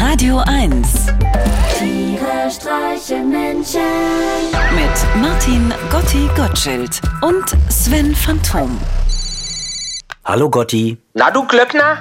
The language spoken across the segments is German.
Radio 1 Tiere streichen Menschen. mit Martin Gotti Gottschild und Sven Phantom. Hallo Gotti. Äh, Na du Glöckner?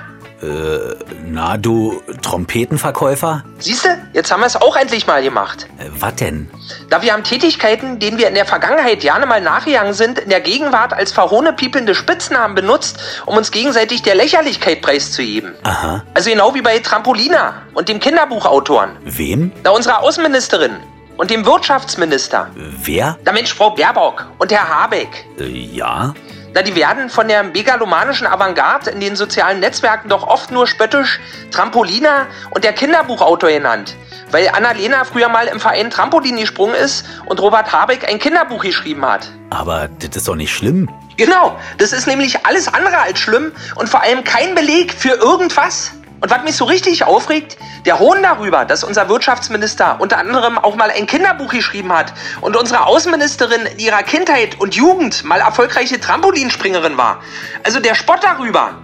Na du Trompetenverkäufer? Siehste, jetzt haben wir es auch endlich mal gemacht. Äh, Was denn? Da wir haben Tätigkeiten, denen wir in der Vergangenheit gerne mal nachgegangen sind, in der Gegenwart als verhohne piepelnde Spitznamen benutzt, um uns gegenseitig der Lächerlichkeit preiszugeben. Aha. Also genau wie bei Trampolina und dem Kinderbuchautoren, Wem? da unserer Außenministerin und dem Wirtschaftsminister, Äh, Wer? da Mensch Frau Baerbock und Herr Habeck. Äh, ja. Na, die werden von der megalomanischen Avantgarde in den sozialen Netzwerken doch oft nur spöttisch Trampolina und der Kinderbuchautor genannt. Weil Annalena früher mal im Verein Trampolin gesprungen ist und Robert Habeck ein Kinderbuch geschrieben hat. Aber das ist doch nicht schlimm. Genau, das ist nämlich alles andere als schlimm und vor allem kein Beleg für irgendwas. Und was mich so richtig aufregt, der Hohn darüber, dass unser Wirtschaftsminister unter anderem auch mal ein Kinderbuch geschrieben hat und unsere Außenministerin in ihrer Kindheit und Jugend mal erfolgreiche Trampolinspringerin war. Also der Spott darüber,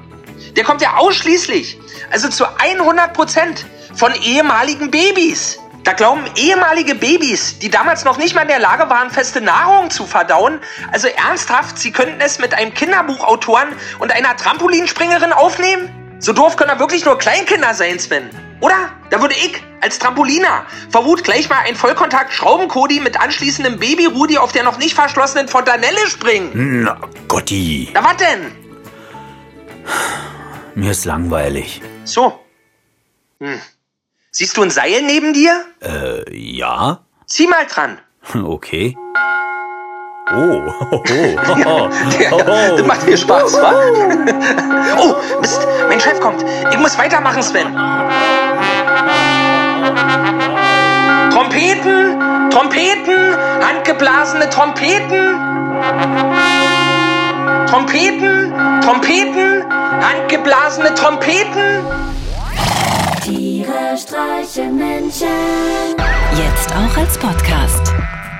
der kommt ja ausschließlich, also zu 100 Prozent von ehemaligen Babys. Da glauben ehemalige Babys, die damals noch nicht mal in der Lage waren, feste Nahrung zu verdauen, also ernsthaft, sie könnten es mit einem Kinderbuchautoren und einer Trampolinspringerin aufnehmen? So doof können da wirklich nur Kleinkinder sein, Sven. Oder? Da würde ich, als Trampoliner, vor Wut gleich mal ein Vollkontakt-Schraubenkodi mit anschließendem Baby-Rudi auf der noch nicht verschlossenen Fontanelle springen. Na, Gotti, Na, was denn? mir ist langweilig. So. Hm. Siehst du ein Seil neben dir? Äh, ja? Zieh mal dran. Okay. Oh, ho, ho, ho, ho. Das macht dir Spaß, wa? oh, Mist, mein Chef kommt. Ich muss weitermachen, Sven. Trompeten, Trompeten, handgeblasene Trompeten. Trompeten, Trompeten, handgeblasene Trompeten. Tiere streichen Menschen. Jetzt auch als Podcast.